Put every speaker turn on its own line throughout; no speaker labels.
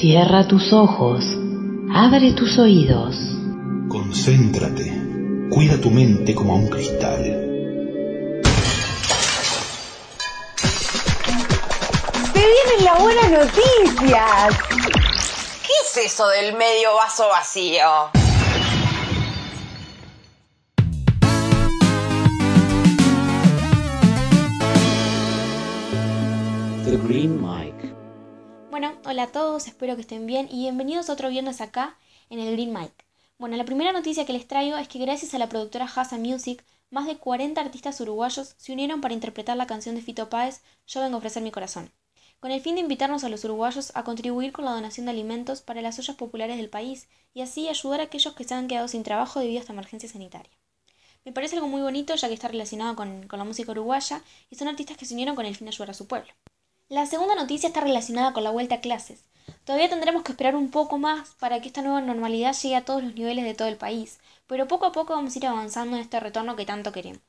Cierra tus ojos, abre tus oídos.
Concéntrate, cuida tu mente como a un cristal.
¡Se vienen las buenas noticias!
¿Qué es eso del medio vaso vacío?
The Green Mike.
Bueno, hola a todos, espero que estén bien y bienvenidos otro viernes acá en el Green Mic. Bueno, la primera noticia que les traigo es que gracias a la productora Hasa Music, más de 40 artistas uruguayos se unieron para interpretar la canción de Fito Páez, Yo vengo a ofrecer mi corazón, con el fin de invitarnos a los uruguayos a contribuir con la donación de alimentos para las ollas populares del país y así ayudar a aquellos que se han quedado sin trabajo debido a esta emergencia sanitaria. Me parece algo muy bonito ya que está relacionado con, con la música uruguaya y son artistas que se unieron con el fin de ayudar a su pueblo. La segunda noticia está relacionada con la vuelta a clases. Todavía tendremos que esperar un poco más para que esta nueva normalidad llegue a todos los niveles de todo el país, pero poco a poco vamos a ir avanzando en este retorno que tanto queremos.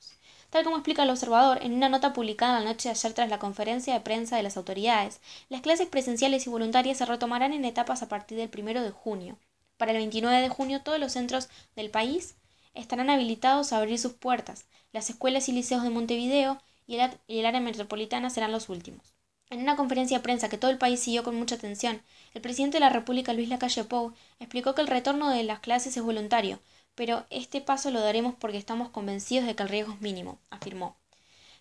Tal como explica el observador en una nota publicada en la noche de ayer tras la conferencia de prensa de las autoridades, las clases presenciales y voluntarias se retomarán en etapas a partir del 1 de junio. Para el 29 de junio todos los centros del país estarán habilitados a abrir sus puertas, las escuelas y liceos de Montevideo y el, y el área metropolitana serán los últimos. En una conferencia de prensa que todo el país siguió con mucha atención, el presidente de la República, Luis Lacalle Pou, explicó que el retorno de las clases es voluntario, pero este paso lo daremos porque estamos convencidos de que el riesgo es mínimo, afirmó.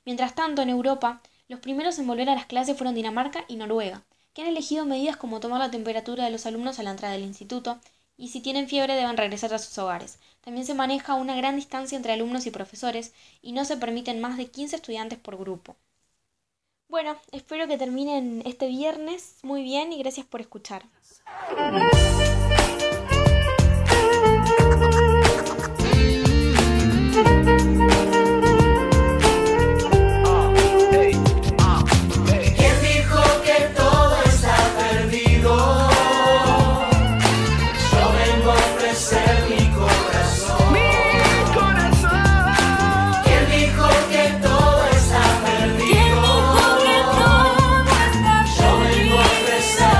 Mientras tanto, en Europa, los primeros en volver a las clases fueron Dinamarca y Noruega, que han elegido medidas como tomar la temperatura de los alumnos a la entrada del instituto y si tienen fiebre deben regresar a sus hogares. También se maneja una gran distancia entre alumnos y profesores y no se permiten más de 15 estudiantes por grupo. Bueno, espero que terminen este viernes muy bien y gracias por escuchar.
¿Quién dijo que todo está perdido? Yo vengo a ofrecer mi corazón. Mi corazón. ¿Quién dijo que todo está perdido? ¿Quién dijo que todo está perdido?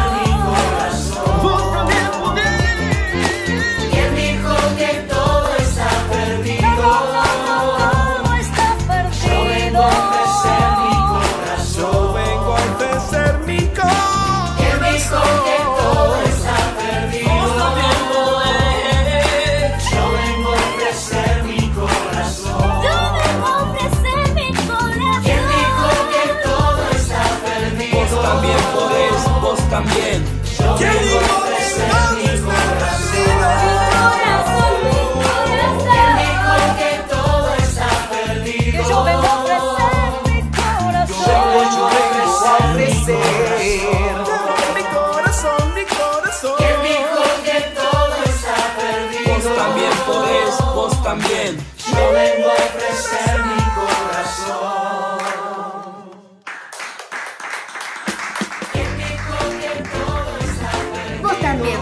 Yo vengo a ofrecer mi corazón. ¿Quién dijo que todo está perdido? Todo está perdido. Yo vengo a ofrecer mi corazón.
Yo vengo a ofrecer mi corazón.
¿Quién dijo que todo está perdido? Yo vengo a ofrecer mi corazón. Yo vengo a ofrecer mi corazón. ¿Quién dijo que todo está perdido? Vos también podés, vos también. Yo vengo a ofrecer mi corazón. ¿Quién dijo que todo está perdido? Yo vengo a ofrecer mi corazón. Yo vengo a ofrecer mi corazón.
Mi corazón, mi corazón.
¿Quién dijo que todo está perdido? Vos también podés, vos también. Yo vengo a ofrecer mi corazón. ¿Quién dijo que todo está perdido?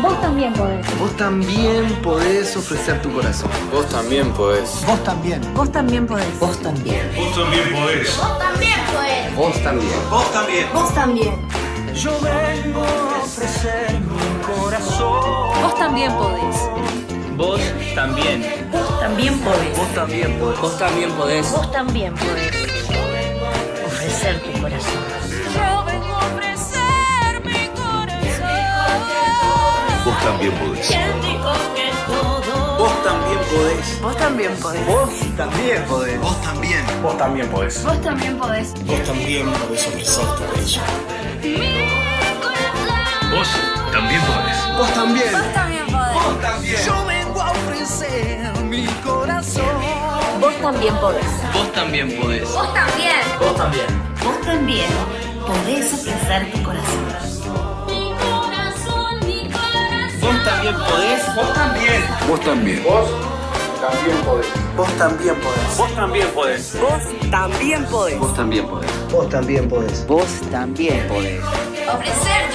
Vos también podés. Vos también podés.
Vos también podés ofrecer tu corazón.
Vos también podés.
Vos también.
Vos también podés. Vos también.
Vos también podés.
Vos también podés.
Vos también.
Vos también.
Vos también.
Yo vengo a ofrecer mi corazón.
Vos también podés.
Vos también.
Vos también podés.
Vos también podés. Vos también podés.
Vos también podés. Ofrecer tu corazón.
Yo vengo a ofrecer mi corazón.
Vos también podés.
¿Quién dijo que todo?
Vos también podés.
Vos también podés.
Vos también podés.
Vos también.
Vos también podés.
Vos también podés.
Vos también podés ofrecer tu corazón.
Vos también podés.
Vos
Vos
también.
también podés.
Vos también.
Yo vengo a ofrecer mi corazón.
Vos también podés.
Vos también podés.
Vos también.
Vos también.
Vos también podés ofrecer tu corazón.
Mi corazón, mi corazón.
Vos también podés. Vos también.
Vos también.
Vos también podés. Vos también podés. Vos también podés.
Vos también podés.
Ofrecer